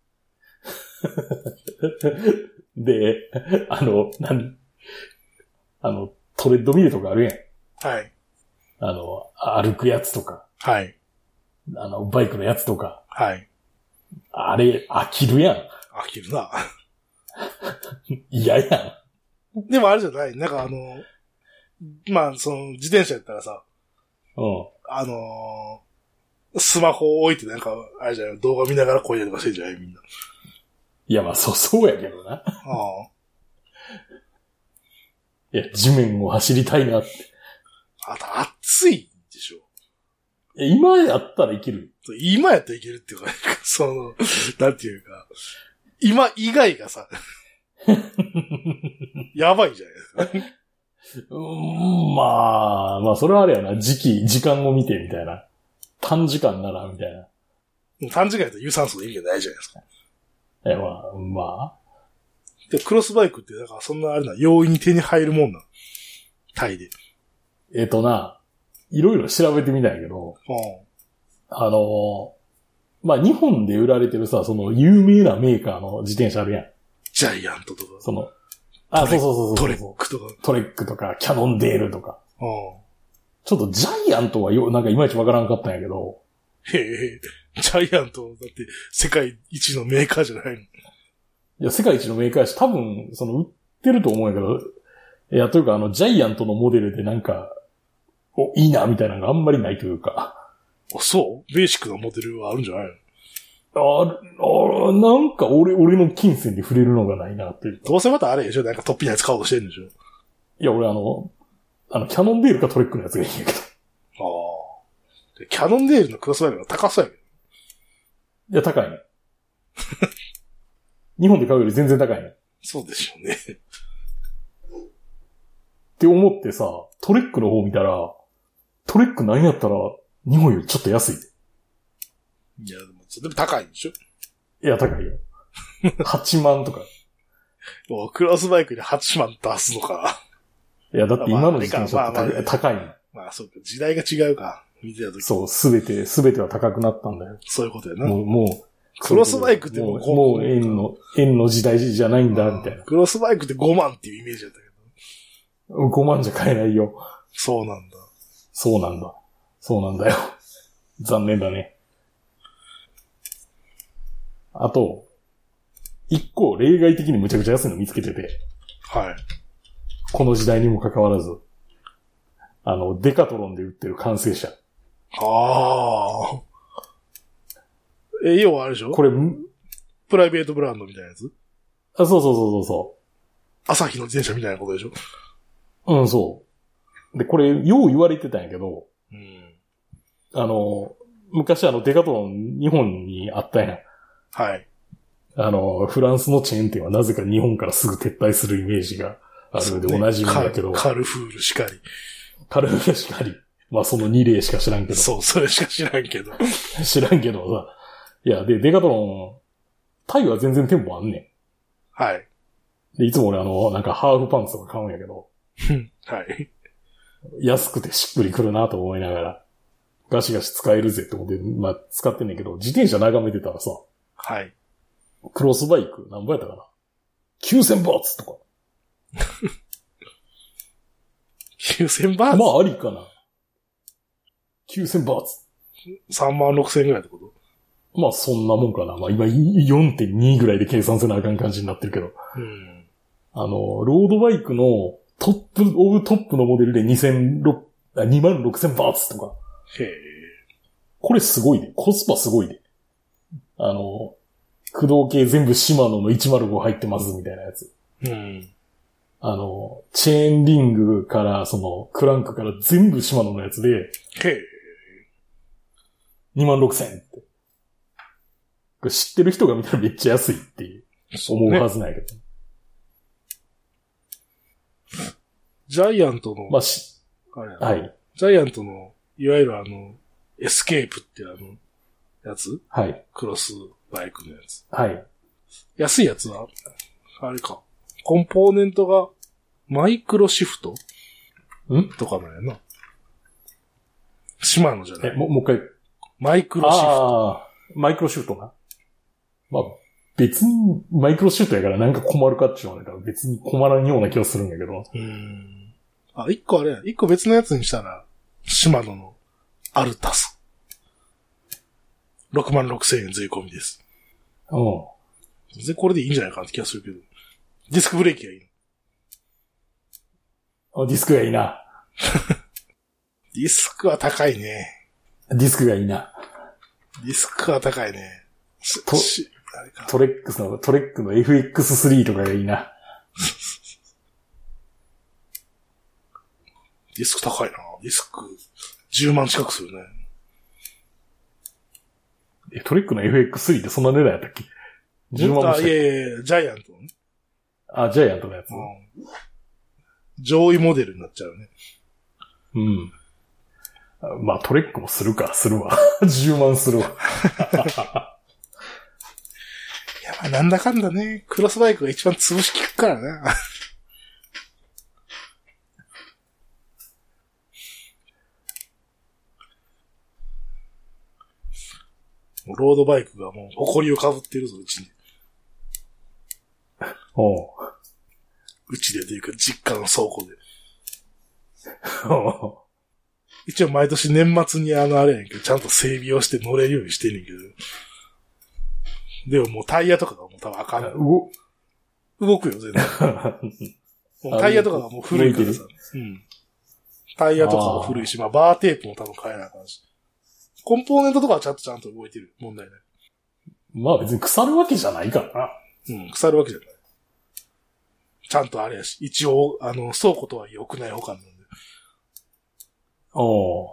Speaker 1: で、あの、何あの、トレッドミルとかあるやん。
Speaker 2: はい。
Speaker 1: あの、歩くやつとか、
Speaker 2: はい。
Speaker 1: あの、バイクのやつとか。
Speaker 2: はい。
Speaker 1: あれ、飽きるやん。
Speaker 2: 飽きるな。
Speaker 1: 嫌やん。
Speaker 2: でもあれじゃないなんかあの、まあ、その、自転車やったらさ、
Speaker 1: うん。
Speaker 2: あのースマホを置いてなんか、あれじゃない動画見ながらこいでとかしてんじゃないみんな。
Speaker 1: いや、まあ、そう、そうやけどな。
Speaker 2: ああ。
Speaker 1: いや、地面を走りたいなって。
Speaker 2: あと、暑いでしょ。
Speaker 1: え今やったら生きる。
Speaker 2: 今やったらいけるっていうか、 [laughs] その、なんていうか、今以外がさ、やばいじゃないですか。
Speaker 1: うーん、まあ、まあ、それはあれやな。時期、時間を見て、みたいな。短時間なら、みたいな。
Speaker 2: もう短時間やったら有酸素の意味がないじゃないですか。
Speaker 1: え、まあ、ま
Speaker 2: で、クロスバイクって、だからそんなあれな、容易に手に入るもんなの。タイで。
Speaker 1: あ、えっ、とな、いろいろ調べてみたんやけど、
Speaker 2: う
Speaker 1: あのーまあ、日本で売られてるさ、その、有名なメーカーの自転車あるやん。
Speaker 2: ん。ジャイアントとか、
Speaker 1: その、あ、そうそうそうそう
Speaker 2: トレックとか。うん。
Speaker 1: トレックとか、キャノンデールとか。ちょっとジャイアントはよ、なんかいまいちわからんかったんやけど、
Speaker 2: へえ、ジャイアント、だって世界一のメーカーじゃないの。
Speaker 1: いや、世界一のメーカーやし、多分、その、売ってると思うんやけど、いや、というか、あの、ジャイアントのモデルでなんか、お、いいな、みたいなのがあんまりないというか、
Speaker 2: あ、そうベーシックなモデルはあるんじゃない
Speaker 1: あ
Speaker 2: の
Speaker 1: あ、なんか俺、俺の金銭で触れるのがないな、というか。
Speaker 2: どうせまたあれでしょなんかトッピーなやつ買おうとしてるんでし
Speaker 1: いや、俺あの、あの、キャノンデールかトレックのやつがいいんやけど。い
Speaker 2: ょああ。でキャノンデールのクロスバイクが高そうやけど。
Speaker 1: や、高いね。 [laughs] 日本で買うより全然高いね。っ
Speaker 2: そうでしょうね。
Speaker 1: て思ってさ、トレックの方見たら、トレックなんやったら、日本よりちょっと安い。
Speaker 2: いや、でも、それでも高いんでしょ
Speaker 1: いや、高いよ。8万とか。
Speaker 2: もうクロスバイクで8万出すのか。
Speaker 1: いや、だって今の自転
Speaker 2: ま
Speaker 1: 車
Speaker 2: あ
Speaker 1: って
Speaker 2: まあ
Speaker 1: 高い,、
Speaker 2: まあ
Speaker 1: 高いの
Speaker 2: まあ、そうか。時代が違うか。見てた時。
Speaker 1: そう、すべて、すべては高くなったんだよ。
Speaker 2: そういうことやな。
Speaker 1: もう、もう。
Speaker 2: クロスバイクって
Speaker 1: も
Speaker 2: もう
Speaker 1: う、もう円の、円の時代じゃないんだ、みたいな。
Speaker 2: クロスバイクって5万っていうイメージだったけど。
Speaker 1: 5万じゃ買えないよ。
Speaker 2: そうなんだ。
Speaker 1: そうなんだ。そうなんだよ。 [laughs] 残念だね。あと、一個例外的にむちゃくちゃ安いの見つけてて、
Speaker 2: はい。
Speaker 1: この時代にもかかわらず、あの、デカトロンで売ってる完成車。
Speaker 2: ああ。え、要はあれでしょ
Speaker 1: これ、む
Speaker 2: プライベートブランドみたいなやつ
Speaker 1: あ、そうそうそうそうそ
Speaker 2: 朝日の自転車みたいなことでしょ
Speaker 1: う。うん、そう。で、これ、よう言われてたんやけど、
Speaker 2: うん。
Speaker 1: あの、昔あの、デカトロン日本にあったやん。
Speaker 2: はい。
Speaker 1: あの、フランスのチェーン店はなぜか日本からすぐ撤退するイメージがあるので、同じなんだけど、
Speaker 2: カルカルフールしかり。
Speaker 1: カルフラしかり。まあその2例しか知らんけど、
Speaker 2: そう、それしか知らんけど。
Speaker 1: [laughs] 知らんけどさ。いや、で、デカトロン、タイは全然店舗あんね
Speaker 2: はい。
Speaker 1: ん。で、いつも俺あの、なんかハーフパンツとか買うんやけど、
Speaker 2: はい。
Speaker 1: 安くてしっくりくるなと思いながら、ガシガシ使えるぜってことで、まあ使ってんねんけど、自転車眺めてたらさ、
Speaker 2: はい。
Speaker 1: クロスバイク、なんぼやったかな ?9000 バーツとか。
Speaker 2: 9000バーツ、
Speaker 1: まあありかな。9000バーツ。
Speaker 2: ?3 万6千円ぐらいってこと
Speaker 1: まあそんなもんかな。まあ今4.2ぐらいで計算せなあかん感じになってるけど。
Speaker 2: うん。
Speaker 1: あの、ロードバイクのトップ、オブトップのモデルで2006、あ26000バーツとか。
Speaker 2: へえ。
Speaker 1: これすごいね。コスパすごいね。あの、駆動系全部シマノの105入ってますみたいなやつ。
Speaker 2: うん。
Speaker 1: あの、チェーンリングから、その、クランクから全部シマノのやつで、
Speaker 2: へえ。
Speaker 1: 26000って。これ知ってる人が見たらめっちゃ安いっていう、思う
Speaker 2: ね
Speaker 1: はずないけど。
Speaker 2: ジャイアントの、
Speaker 1: まあ、し、
Speaker 2: あれやな
Speaker 1: はい。
Speaker 2: ジャイアントの、いわゆるあの、エスケープってあの、やつ
Speaker 1: はい。
Speaker 2: クロスバイクのやつ。
Speaker 1: はい。
Speaker 2: 安いやつは、あれか。コンポーネントが、マイクロシフト
Speaker 1: ん
Speaker 2: とかなんやな。シマノじゃな
Speaker 1: え、
Speaker 2: い。
Speaker 1: もう、もう一回。
Speaker 2: マイクロシフト。
Speaker 1: ああ、マイクロシュートな。まあ、別に、マイクロシュートやからなんか困るかって言われたら別に困らんような気がするんやけど。
Speaker 2: うん。あ、一個あれや。一個別のやつにしたら、シマノのアルタス。6万6千円税込みです。
Speaker 1: うん。
Speaker 2: 全然これでいいんじゃないかなって気がするけど。ディスクブレーキがいいの。
Speaker 1: あディスクがいいな。
Speaker 2: ディスクは高いね。
Speaker 1: ディスクがいいな。
Speaker 2: ディスクは高いね。し
Speaker 1: と
Speaker 2: しあれか。
Speaker 1: トレックスの、トレックの FX3 とかがいいな。
Speaker 2: ディスク高いな。ディスク10万近くするね。
Speaker 1: え、トレックの FX3 ってそんな値段やったっけ ?10 万も
Speaker 2: あ
Speaker 1: し
Speaker 2: い
Speaker 1: た
Speaker 2: やいやいや、ジャイアントのね。
Speaker 1: あ、ジャイアントのやつ。
Speaker 2: うん。上位モデルになっちゃうね。
Speaker 1: うん。あまあ、トレックもするか、するわ。10万 [laughs] するわ。
Speaker 2: いや、まあなんだかんだね、クロスバイクが一番潰し効くからな。 [laughs] もうロードバイクがもう誇りをかぶってるぞ、うちに。
Speaker 1: おう
Speaker 2: うちでというか実家の倉庫で。
Speaker 1: お
Speaker 2: 一応毎年年末にあのあれやねんけど、ちゃんと整備をして乗れるようにしてんねんけど。でももうタイヤとかがもう多分あか
Speaker 1: うあ
Speaker 2: ん。
Speaker 1: 動
Speaker 2: 動くよ、
Speaker 1: [laughs]
Speaker 2: 全然。もうタイヤとかがもう古いからさ
Speaker 1: 動。
Speaker 2: うん。タイヤとかも古いし、まあバーテープも多分変えなあかんし。コンポーネントとかはちゃんとちゃんと動いてる。問題な
Speaker 1: まあ別に腐るわけじゃないからな。
Speaker 2: い。うん、腐るわけじゃない。ちゃんとあれやし、一応、あの、倉庫とはいえ屋内保管なんで。
Speaker 1: おう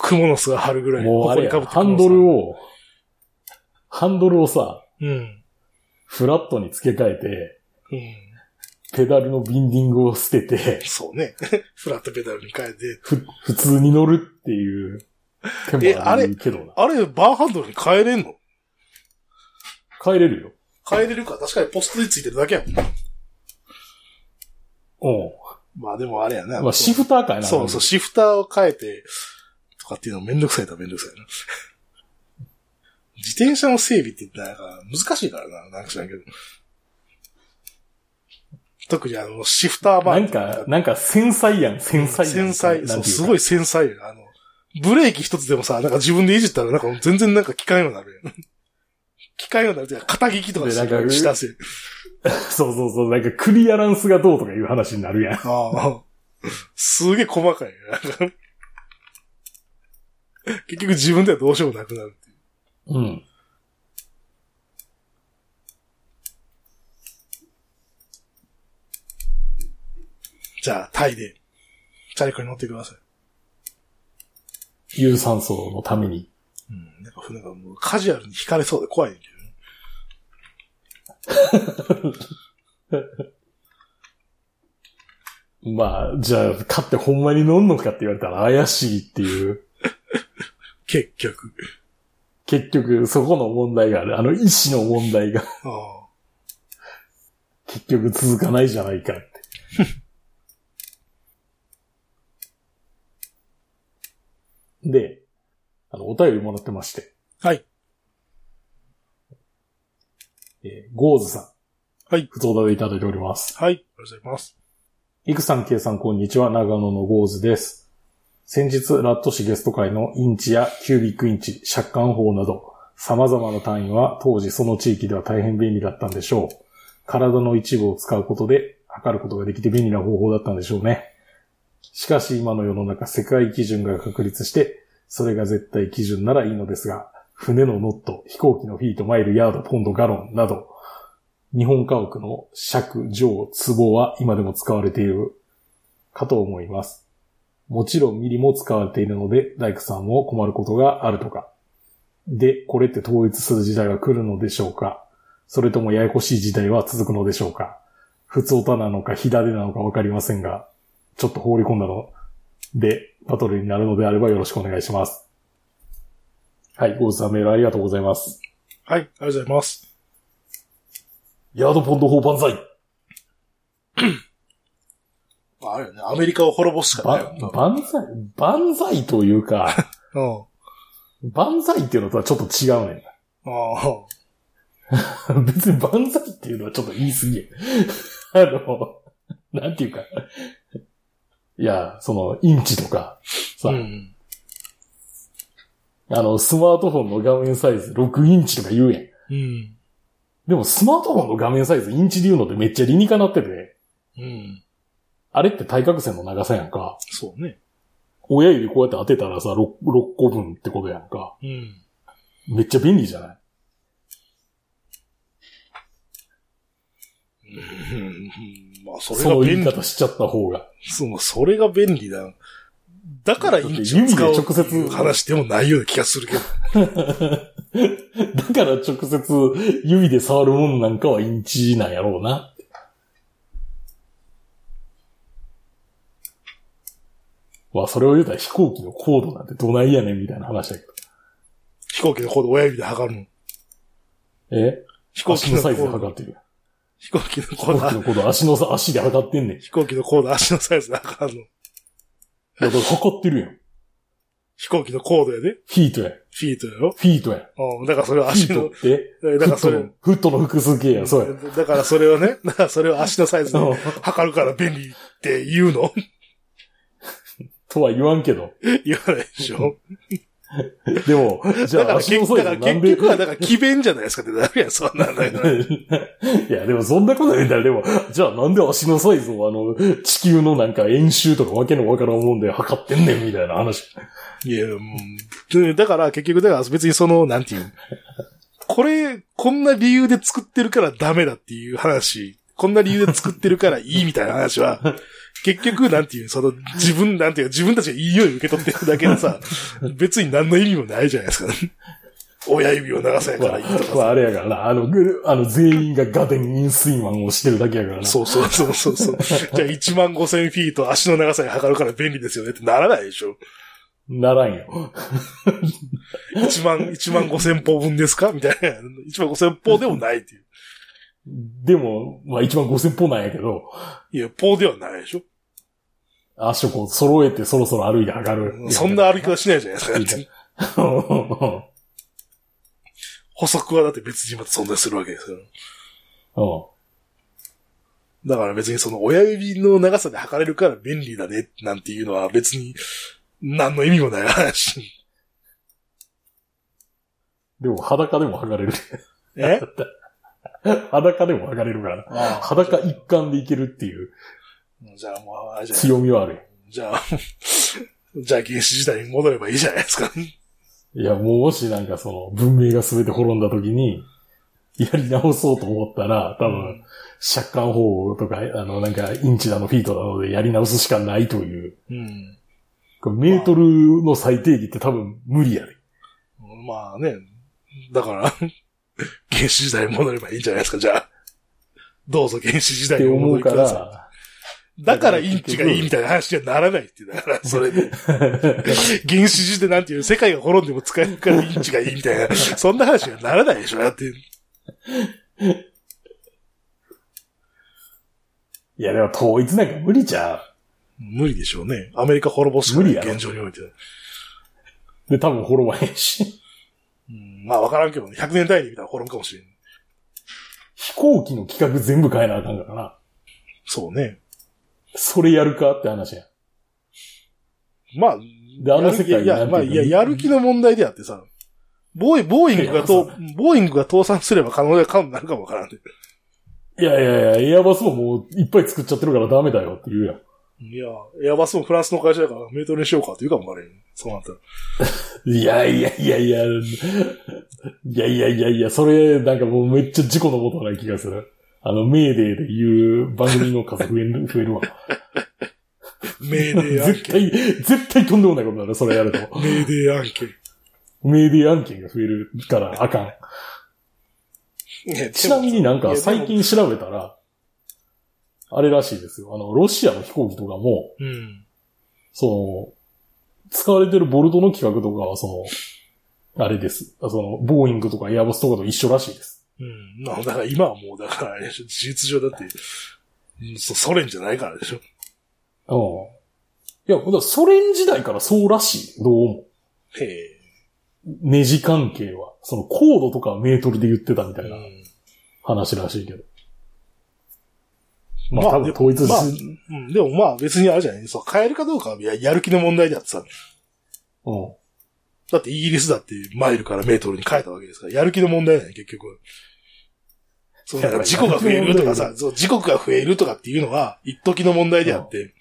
Speaker 2: 蜘蛛の巣が張るぐらい、
Speaker 1: もうあれや、
Speaker 2: 埃
Speaker 1: ハンドル
Speaker 2: を。
Speaker 1: を、ハンドルをさ、
Speaker 2: うん。
Speaker 1: フラットに付け替えて、
Speaker 2: うん。
Speaker 1: ペダルのビンディングを捨てて、 [laughs]
Speaker 2: そうね。 [laughs] フラットペダルに変えて、
Speaker 1: ふ、普通に乗るっていう手もあるけどな。
Speaker 2: あれ、バーハンドルに変えれんの
Speaker 1: 帰れるよ。
Speaker 2: 変えれるか。確かにポストについてるだけやもん。
Speaker 1: おう
Speaker 2: まあでもあれやな。
Speaker 1: まあシフターかいな。
Speaker 2: そうそう、シフターを変えて、とかっていうのめんどくさいとはめんどくさいな。
Speaker 1: [laughs]
Speaker 2: 自転車の整備ってなんか難しいからな。なんか知らんけど。特にあの、シフターバ
Speaker 1: な
Speaker 2: ー
Speaker 1: んか、なんか繊細やん、繊細やん。
Speaker 2: 繊細。
Speaker 1: な
Speaker 2: そ
Speaker 1: ん
Speaker 2: う、
Speaker 1: てい
Speaker 2: す
Speaker 1: うか
Speaker 2: ごい繊細やなあの、ブレーキ一つでもさ、なんか自分でいじったら、なんか全然なんか効かんようにな [laughs] るやん。効かんようになるというか、肩聞きとかし
Speaker 1: でなんか
Speaker 2: したせ。
Speaker 1: そうそうそう、なんかクリアランスがどうとかいう話になるやん。
Speaker 2: ああ。 [laughs] すげえ細かいね。なんか結局自分ではどうしようもなくなる。
Speaker 1: うん。
Speaker 2: じゃあ、タイで、チャリコに乗ってください。
Speaker 1: 有酸素のために。
Speaker 2: うん。なんか、船がもうカジュアルに惹かれそうで怖いんだけどね。
Speaker 1: まあ、じゃあ、買ってほんまに飲んのかって言われたら怪しいっていう。
Speaker 2: 結局。
Speaker 1: 結局、そこの問題がある。あの、意志の問題が [laughs]
Speaker 2: ああ。
Speaker 1: 結局続かないじゃないかって。 [laughs] で、あの、お便りもらってまして。
Speaker 2: はい。
Speaker 1: えーゴーズさん。
Speaker 2: はい。
Speaker 1: 普通お便りいただいております。
Speaker 2: はい。ありがとうございます。
Speaker 1: いくさん、けいさん、こんにちは。長野のゴーズです。先日、ラット氏ゲスト会のインチやキュービックインチ、借款法など、様々な単位は当時その地域では大変便利だったんでしょう。体の一部を使うことで測ることができて便利な方法だったんでしょうね。しかし今の世の中、世界基準が確立して、それが絶対基準ならいいのですが、船のノット、飛行機のフィート、マイル、ヤード、ポンド、ガロンなど、日本家屋の尺、上、壺は今でも使われているかと思います。もちろんミリも使われているので、大工さんも困ることがあるとか。で、これって統一する時代が来るのでしょうかそれともややこしい時代は続くのでしょうか普通歌なのか火種なのかわかりませんが、ちょっと放り込んだので、バトルになるのであればよろしくお願いします。はい、ゴーズさんメールありがとうございます。
Speaker 2: はい。ありがとうございます。
Speaker 1: ヤードポンド法万歳
Speaker 2: まあ、あれよね、アメリカを滅ぼすしかない
Speaker 1: ば
Speaker 2: よ。
Speaker 1: 万歳、万歳というか、 [laughs]
Speaker 2: うん。
Speaker 1: 万歳っていうのとはちょっと違うね
Speaker 2: あ
Speaker 1: ん。 [laughs] 別に万歳っていうのはちょっと言い過ぎ [laughs] や。あの、なんていうか。いや、その、インチとか、
Speaker 2: あ。
Speaker 1: さ、
Speaker 2: うん。
Speaker 1: あの、スマートフォンの画面サイズ6インチとか言うやん。
Speaker 2: うん。
Speaker 1: でも、スマートフォンの画面サイズインチで言うのってめっちゃ理にかなってて、
Speaker 2: うん。
Speaker 1: あれって対角線の長さやんか。
Speaker 2: そうね。
Speaker 1: 親指こうやって当てたらさ、6, 6個分ってことやんか。
Speaker 2: うん。
Speaker 1: めっちゃ便利じゃない
Speaker 2: うん [laughs] まあ、そ
Speaker 1: そ
Speaker 2: れ
Speaker 1: の
Speaker 2: が
Speaker 1: 言
Speaker 2: 便
Speaker 1: い
Speaker 2: 利。
Speaker 1: 方しちゃった方が。
Speaker 2: そう、まあそれが便利だ。だからいいんちゃう
Speaker 1: だって
Speaker 2: 使お
Speaker 1: 指
Speaker 2: う
Speaker 1: で
Speaker 2: っていう
Speaker 1: 直接
Speaker 2: 話でもないような気がするけ
Speaker 1: [laughs]
Speaker 2: ど。
Speaker 1: だから直接指で触るもんなんかはインチなんやろうな。わ、それを言うたら飛行機の高度なんてどないやねんみたいな話だけど。
Speaker 2: [laughs] 飛行機の高度親指で測るの。
Speaker 1: え
Speaker 2: 飛行
Speaker 1: 足
Speaker 2: 機
Speaker 1: の
Speaker 2: の
Speaker 1: サ
Speaker 2: 高
Speaker 1: イズで
Speaker 2: 度。
Speaker 1: 測ってる。
Speaker 2: 飛行機の
Speaker 1: 飛
Speaker 2: 高
Speaker 1: 行機
Speaker 2: 度。
Speaker 1: の高度足のさ、 [laughs] 足で測ってんねん。い
Speaker 2: 飛行機の高度、足のサイズで測るの。
Speaker 1: や、だから測ってるやん。フ
Speaker 2: 飛行機の高度やで。
Speaker 1: ィートや。
Speaker 2: フィートやろ。
Speaker 1: フィートや。
Speaker 2: うん。だからそれは
Speaker 1: フィ
Speaker 2: 足
Speaker 1: ート
Speaker 2: の
Speaker 1: っ、て、
Speaker 2: えだからそれ、
Speaker 1: フットのフットの複数形や。そうや。
Speaker 2: だからそれをね、だからそれを足のサイ [laughs] ズで
Speaker 1: うん
Speaker 2: 測るから便利って言うの [laughs]
Speaker 1: とは言わんけど。
Speaker 2: 言わないでしょ。
Speaker 1: でも、じ
Speaker 2: だ
Speaker 1: ゃ
Speaker 2: か
Speaker 1: あ
Speaker 2: ら
Speaker 1: 足の
Speaker 2: 結
Speaker 1: サ
Speaker 2: だ
Speaker 1: イ
Speaker 2: から
Speaker 1: ズな
Speaker 2: 結
Speaker 1: んで
Speaker 2: 局は、だから、奇弁じゃないですかってなるやん、そん
Speaker 1: [laughs]
Speaker 2: なの。
Speaker 1: いや、でもそんなこと言うたら、でも、じゃあなんで足のサイズをあの、地球のなんか演習とかわけのわからんもんで測ってんねんみたいな話。
Speaker 2: いや、もうで、だから結局、だから別にその、なんていう。これ、こんな理由で作ってるからダメだっていう話、こんな理由で作ってるからいいみたいな話は、
Speaker 1: [laughs]
Speaker 2: 結局、なんていう、その、自分、なんていうか、自分たちがいいように受け取ってるだけでさ、別に何の意味もないじゃないですか。親指を長さやか
Speaker 1: ま
Speaker 2: ら
Speaker 1: あ
Speaker 2: いいとか、
Speaker 1: まあ、あれやからな、あの、ぐあの、全員がガデンインスイマンをしてるだけやからな。
Speaker 2: そうそうそうそうそう。じゃあ1万5千フィート足の長さに測るから便利ですよねってならないでしょ。
Speaker 1: ならんよ。
Speaker 2: 1万、1万5千歩分ですかみたいな。1万5千歩でもないっていう。
Speaker 1: でも、まあ一万五千歩なんやけど、
Speaker 2: いや、ポーではないでしょ。
Speaker 1: 足をこう揃えてそろそろ歩いて測る。
Speaker 2: そんな歩き方しないじゃない
Speaker 1: い
Speaker 2: です
Speaker 1: や
Speaker 2: か。
Speaker 1: [laughs] うん。
Speaker 2: 補足はだって別人また存在するわけですから。だから別にその親指の長さで測れるから便利だね、なんていうのは別に、何の意味もない話。
Speaker 1: でも裸でも剥がれる。
Speaker 2: え
Speaker 1: 裸でも剥がれるからな。
Speaker 2: あ
Speaker 1: 裸一貫でいけるっていう
Speaker 2: [laughs] じゃあもう、あれじゃない
Speaker 1: 強みはある。
Speaker 2: じゃあ、 [laughs] じゃあ原始時代に戻ればいいじゃないですか。
Speaker 1: いや、もしなんかその文明が全て滅んだ時に、やり直そうと思ったら、多
Speaker 2: う
Speaker 1: 分、借款法とか、あの、なんか、インチなのフィートなのでやり直すしかないという。
Speaker 2: うん。
Speaker 1: これメートルの最定義って多分無理やで。
Speaker 2: まあね、だから、 [laughs] 原始時代に戻ればいいんじゃないですか、じゃあ。どうぞ原始時
Speaker 1: っ
Speaker 2: 代
Speaker 1: て
Speaker 2: に
Speaker 1: 思
Speaker 2: 戻
Speaker 1: う
Speaker 2: り
Speaker 1: か
Speaker 2: くださ
Speaker 1: ら、
Speaker 2: い。だからインチがいいみたいな話にはならないって、だから、それで。原始時代なんていう世界が滅んでも使えるからインチがいいみた
Speaker 1: [laughs]
Speaker 2: いな、そんな話にはならないでしょ、だって。
Speaker 1: いや、でも統一なんか無理じゃ
Speaker 2: 無理でしょうね。アメリカ滅ぼすしかない
Speaker 1: 無理やろ
Speaker 2: 現状においては。
Speaker 1: ん。で、多分滅ばへんし。
Speaker 2: うん、まあわからんけどね、100年単位で見たら滅ぶかもしれん。
Speaker 1: 飛行機の企画全部変えなあかんからな。
Speaker 2: そうね。
Speaker 1: それやるかって話や。
Speaker 2: まあ、
Speaker 1: で、あの世界
Speaker 2: いや、いやまあ、いや、やる気の問題であってさ、ボーイ、ボーイングがと、ボーイングが倒産すれば可能で可能になるかもわからんで。
Speaker 1: いやいやいや、エアバスももういっぱい作っちゃってるからダメだよって言うやん。
Speaker 2: いや、エアバスもフランスの会社だからメートルにしようかって言うかもわからんよ。そうなったら。
Speaker 1: いやいやいやいや、いやいやいやいや、それなんかもうめっちゃ事故のことない気がする。あの、メーデーで言う番組の数増える、増えるわ。
Speaker 2: メーデ
Speaker 1: [laughs]
Speaker 2: ー案
Speaker 1: 絶対、
Speaker 2: 件。
Speaker 1: 絶対とんでもないことだな、それやると。
Speaker 2: メーデー案件。
Speaker 1: メーデー案件が増えるからあかん。
Speaker 2: いや
Speaker 1: ちなみになん
Speaker 2: いや
Speaker 1: か
Speaker 2: でも
Speaker 1: 最近調べたら、あれらしいですよ。あの、ロシアの飛行機とかも、
Speaker 2: うん。
Speaker 1: その、使われてるボルトの規格とかは、その、あれです。あその、ボーイングとかエアバスとかと一緒らしいです。
Speaker 2: うん。なだから今はもう、だからあれでしょ、事実上だって、うんそソ連じゃないからでしょ。
Speaker 1: うん。いや、だからソ連時代からそうらしい。どうも。
Speaker 2: へえ。
Speaker 1: ネジ関係は。その、高度とかはメートルで言ってたみた
Speaker 2: う
Speaker 1: いなん話らしいけど。
Speaker 2: ま
Speaker 1: ま
Speaker 2: あ
Speaker 1: あ、多分統一し、
Speaker 2: まあうん。でもまあ別にあれじゃないそう、変えるかどうかはややる気の問題であってさ、
Speaker 1: うん。
Speaker 2: だってイギリスだってマイルからメートルに変えたわけですから、やる気の問題だよね、結局。そう、なんか事故が増えるとかさ、そう、時刻が増えるとかっていうのは、一時の問題で
Speaker 1: [laughs]
Speaker 2: あって。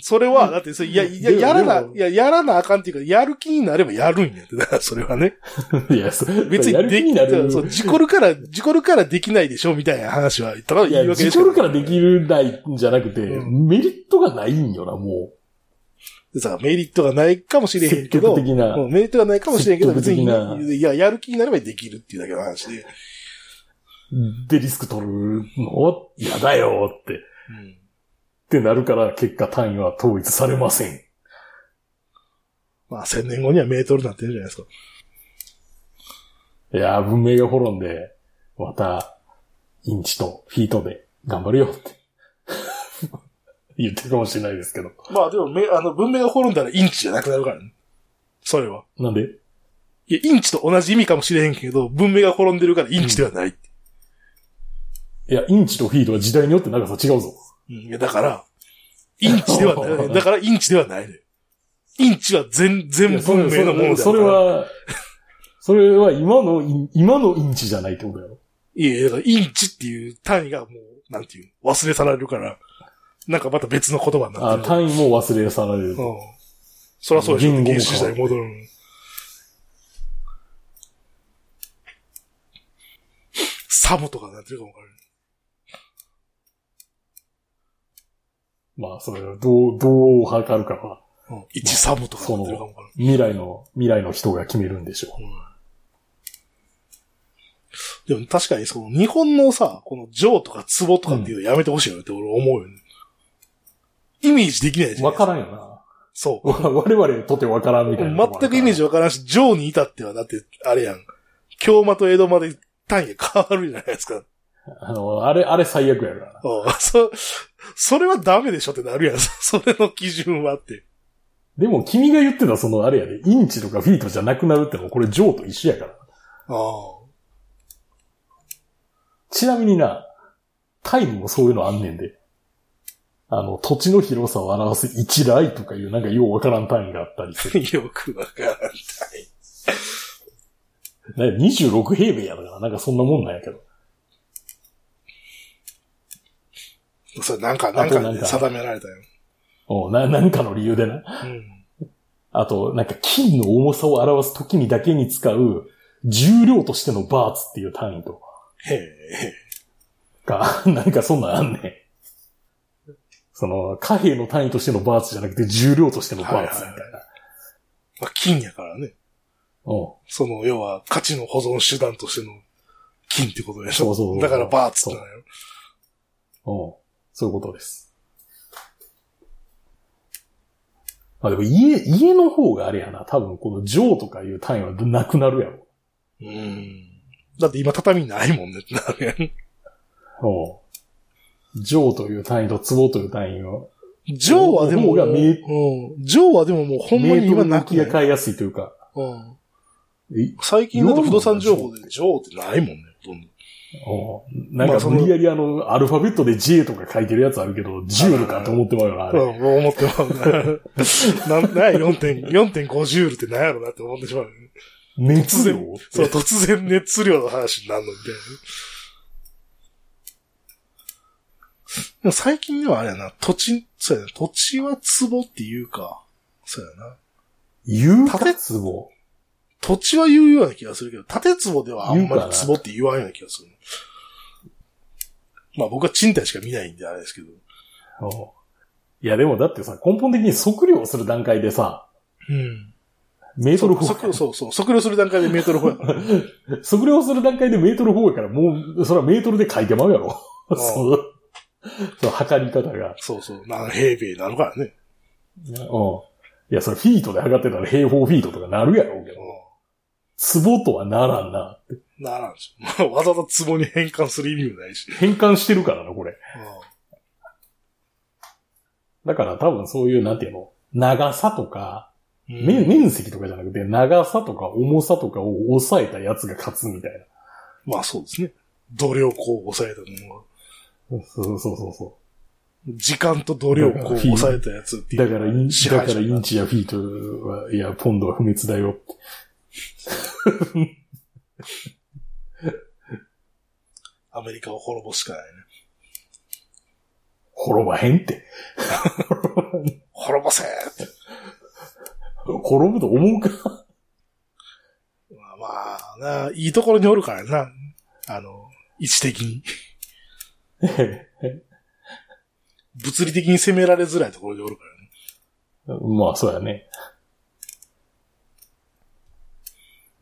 Speaker 2: それは、だってそれ、いや、いや、
Speaker 1: でも
Speaker 2: やら
Speaker 1: で
Speaker 2: な、
Speaker 1: も
Speaker 2: いや、やらなあかんっていうか、やる気になればやるんやって、だからそれはね。
Speaker 1: [laughs] いや、そ
Speaker 2: 別
Speaker 1: やる
Speaker 2: にで
Speaker 1: 気
Speaker 2: き
Speaker 1: になる。
Speaker 2: そう、事故るから、事故るからできないでしょ、みたいな話は、ただ
Speaker 1: い
Speaker 2: 言い
Speaker 1: や、
Speaker 2: 訳
Speaker 1: 事
Speaker 2: でし
Speaker 1: 故
Speaker 2: ょ。
Speaker 1: るからできるないんじゃなくて、
Speaker 2: う
Speaker 1: メリットがないんよな、も
Speaker 2: でさ、メリットがないかもし
Speaker 1: う。
Speaker 2: れへん
Speaker 1: 積
Speaker 2: けど、
Speaker 1: 極的な。
Speaker 2: うんメリットがないかもしれんけど、別
Speaker 1: 積
Speaker 2: に、
Speaker 1: 極的ない
Speaker 2: や、やる気になればできるっていうだけの話で。
Speaker 1: で、リスク取るの嫌だよって。ってなるから、結果単位は統一されません。
Speaker 2: まあ、千年後にはメートルになってるじゃないですか。
Speaker 1: いやー、文明が滅んで、また、インチとフィートで頑張るよって。 [laughs] 言ってるかもしれないですけど。
Speaker 2: まあ、でも、めあの、文明が滅んだらインチじゃなくなるからね。それは。
Speaker 1: なんで
Speaker 2: いや、インチと同じ意味かもしれへんけど、文明が滅んでるからインチではない。
Speaker 1: いや、インチとフィートは時代によって長さ違うぞ。
Speaker 2: うん、いや、だから、インチではない。だから、インチではないね。インチは全、全文明のものだ
Speaker 1: それ、は、それは今のイン、今のインチじゃないってことやろ。
Speaker 2: いやいや、だからインチっていう単位がもう、なんていう、忘れ去られるから、なんかまた別の言葉にな
Speaker 1: あ
Speaker 2: ってる。
Speaker 1: 単位も忘れ去られる。
Speaker 2: うん。そりゃそうでしょ。
Speaker 1: 言語も
Speaker 2: 原始時代に戻るの。サムとかになってるかもわからない。
Speaker 1: まあ、それはどう、どう測るかは、
Speaker 2: うん。一サムとかになってるかもわからない。
Speaker 1: 未来の、未来の人が決めるんでしょ
Speaker 2: うんでも確かにその日本のさ、このジョーとかツボとかっていうのやめてほしいよねって俺思うよね。イメージできないじゃ
Speaker 1: う。わ
Speaker 2: ないですか。
Speaker 1: からんよな。
Speaker 2: そう。
Speaker 1: わ [laughs] 我々にとってわからんみたいな。
Speaker 2: 全くイメージわからんし、ジョーに至ってはだって、あれやん。京間と江戸まで単位が変わるじゃないですか。
Speaker 1: あの、あれ、あれ最悪やからな。
Speaker 2: うんそ、それはダメでしょってなるやん。それの基準はって。
Speaker 1: でも君が言ってたそのあれやで、インチとかフィートじゃなくなるってのはこれジョーと一緒やから。
Speaker 2: ああ。
Speaker 1: ちなみにな、タイムもそういうのあんねんで。あの、土地の広さを表す一来とかいうなんかようわからん単位があったりす
Speaker 2: [laughs]
Speaker 1: る。
Speaker 2: よくわからん。
Speaker 1: ね26平米やだから、なんかそんなもんなんやけど。
Speaker 2: そう、なんか、なんか
Speaker 1: あとなん
Speaker 2: で
Speaker 1: か
Speaker 2: 定められたよ。
Speaker 1: おうな、何かの理由でな。
Speaker 2: うん。
Speaker 1: あと、なんか金の重さを表す時にだけに使う、重量としてのバーツっていう単位と
Speaker 2: へえ。
Speaker 1: か、 [laughs] なんかそんなんあんねん。その、貨幣の単位としてのバーツじゃなくて重量としてのバーツみたいな。
Speaker 2: はいまあ、金やからね。
Speaker 1: おう
Speaker 2: その、要は、価値の保存手段としての金ってことでしょ。
Speaker 1: そうそうそう
Speaker 2: だから、バーツってなのよ。
Speaker 1: おうそういうことです。まあでも家、家の方があれやな。多分この上とかいう単位はなくなるやろ。
Speaker 2: うん。だって今、畳な
Speaker 1: [laughs]
Speaker 2: いもんねってなるやん。
Speaker 1: おう上という単位と壺という単位を、
Speaker 2: ジョーはでも、
Speaker 1: の方が見え
Speaker 2: うん。ジョーはでももうほんまに
Speaker 1: メー
Speaker 2: 今なく
Speaker 1: トルの空き
Speaker 2: な
Speaker 1: が
Speaker 2: い。
Speaker 1: 買いやすいというか、
Speaker 2: うん。
Speaker 1: え
Speaker 2: 最近だと不動産情報でジョーってないもんね、ほとんど。
Speaker 1: おうなん
Speaker 2: まあ
Speaker 1: か
Speaker 2: その
Speaker 1: 無理やりあの、アルファベットで J とか書いてるやつあるけど、10かと思ってまうよな、あれ。
Speaker 2: うん、もう思ってまう [laughs] な。なんなんや、4.5ジュールってなんやろなって思ってしまうよね。
Speaker 1: 熱量
Speaker 2: そう、突然熱量の話になるのみたいな。でも最近ではあれやな、土地、そうやな、土地は壺っていうか、そうやな。
Speaker 1: 言うか壺。
Speaker 2: 土地は言うような気がするけど、縦壺ではあん
Speaker 1: 言
Speaker 2: ま
Speaker 1: う
Speaker 2: り
Speaker 1: かな
Speaker 2: 壺って言わんような気がする。まあ僕は賃貸しか見ないんであれですけど。
Speaker 1: おういやでもだってさ、根本的に測量する段階でさ、
Speaker 2: うん。
Speaker 1: メートル方
Speaker 2: 測量、そうそう、測量する段階でメートル方やから。
Speaker 1: 測量する段階でメートル方やから、もう、それはメートルで書いてまうやろ。
Speaker 2: うん
Speaker 1: そう。そう、測り方が。
Speaker 2: [laughs] そうそう、何平米なのからね。
Speaker 1: うん。いや、それフィートで測ってたら平方フィートとかなるやろうけ
Speaker 2: う
Speaker 1: ど。
Speaker 2: ん
Speaker 1: 壺とはならんな。
Speaker 2: ならんし。 [laughs] わざわざ壺に変換する意味もないし。
Speaker 1: 変換してるからな、これ。だから多分そういう、なんていうの、長さとか、
Speaker 2: うん
Speaker 1: 面面積とかじゃなくて、長さとか重さとかを抑えたやつが勝つみたいな。
Speaker 2: まあそうですね。度量衡を抑えたものが、
Speaker 1: そうそうそうそ
Speaker 2: 時間と度量衡を抑えたやつって
Speaker 1: う。
Speaker 2: いう。
Speaker 1: だからイン、
Speaker 2: 支
Speaker 1: だ
Speaker 2: 配
Speaker 1: か
Speaker 2: 者
Speaker 1: らインチやフィートは、いや、ポンドは不滅だよって。
Speaker 2: アメリカを滅ぼすしかないね。
Speaker 1: 滅ばへんって。
Speaker 2: 滅ぼせーって
Speaker 1: 転ぶと思うか。
Speaker 2: まあまあな、いいところにおるからな。あの、位置的に。物理的に攻められづらいところにおるからね。
Speaker 1: まあ、そうやね。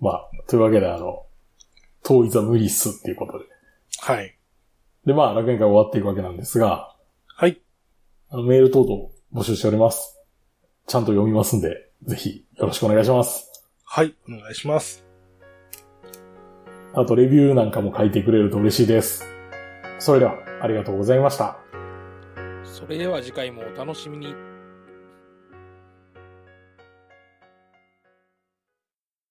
Speaker 1: まあ、というわけで、あの、統一は無理っすっていうことで。
Speaker 2: はい。
Speaker 1: で、まあ、楽園会終わっていくわけなんですが、
Speaker 2: はい。
Speaker 1: あの、メール等々募集しております。ちゃんと読みますんで、ぜひよろしくお願いします。
Speaker 2: はい。お願いします。
Speaker 1: あと、レビューなんかも書いてくれると嬉しいです。それでは、ありがとうございました。
Speaker 3: それでは次回もお楽しみに。